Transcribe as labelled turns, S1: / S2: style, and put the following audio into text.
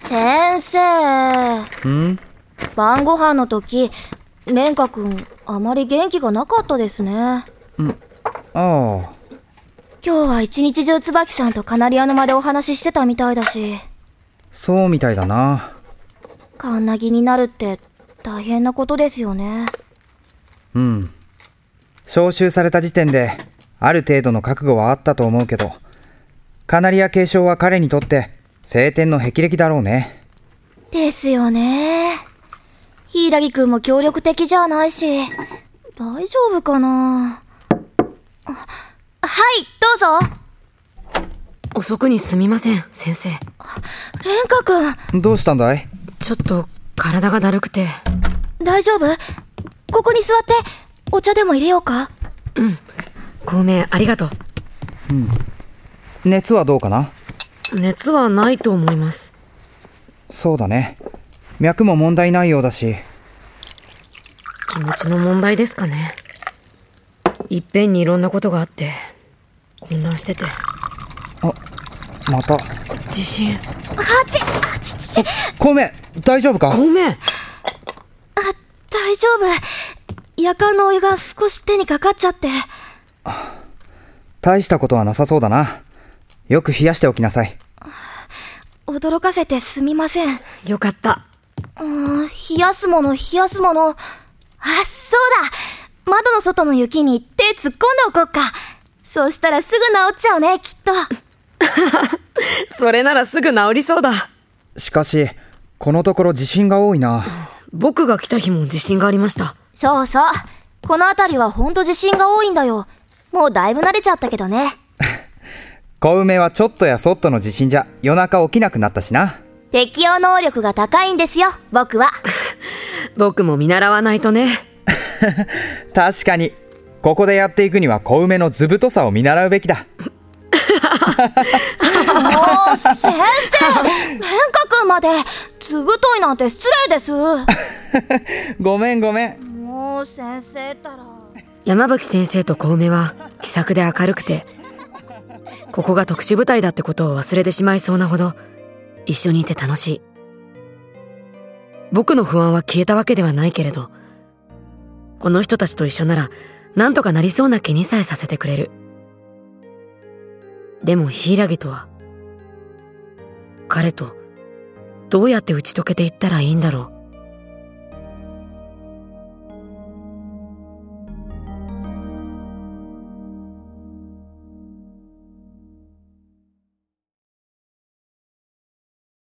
S1: 先生
S2: ん
S1: 晩ご飯の時蓮華くんあまり元気がなかったですね
S2: ああ
S1: 今日は一日中椿さんとカナリア沼でお話ししてたみたいだし
S2: そうみたいだな
S1: カンナギになるって大変なことですよね
S2: うん招集された時点である程度の覚悟はあったと思うけどカナリア継承は彼にとって晴天の霹靂だろうね
S1: ですよね柊くんも協力的じゃないし大丈夫かなあはいどうぞ
S3: 遅くにすみません、先生。
S1: 蓮華くん
S2: どうしたんだい
S3: ちょっと体がだるくて。
S1: 大丈夫ここに座ってお茶でも入れようか
S3: ごめん、ありがとう。
S2: 熱はどうかな
S3: 熱はないと思います。
S2: そうだね脈も問題ないようだし
S3: 気持ちの問題ですかね。いっぺんにいろんなことがあって、混乱してて。
S2: また
S3: 地震。
S1: あちあちちち
S2: ごめん大丈夫か
S3: ごめん
S1: 大丈夫夜間のお湯が少し手にかかっちゃって
S2: 大したことはなさそうだなよく冷やしておきなさい
S1: 驚かせてすみません
S3: よかった。
S1: うーん冷やすもの冷やすものあそうだ窓の外の雪に手突っ込んでおこっかそうしたらすぐ治っちゃうねきっと
S3: それならすぐ治りそうだ。
S2: しかしこのところ地震が多いな
S3: 僕が来た日も地震がありました。
S1: そうそうこの辺りはほんと地震が多いんだよもうだいぶ慣れちゃったけどね
S2: 小梅はちょっとやそっとの地震じゃ夜中起きなくなったしな
S1: 適応能力が高いんですよ僕は
S3: 僕も見習わないとね。
S2: 確かにここでやっていくには小梅の図太さを見習うべき
S1: も
S2: だ
S1: う先生蓮華くんまでつぶといなんて失礼です
S2: ごめんごめん
S1: もう先生ったら
S3: 山吹先生と小梅は気さくで明るくてここが特殊部隊だってことを忘れてしまいそうなほど一緒にいて楽しい僕の不安は消えたわけではないけれどこの人たちと一緒ならなんとかなりそうな気にさえさせてくれるでも柊とは彼とどうやって打ち解けていったらいいんだろう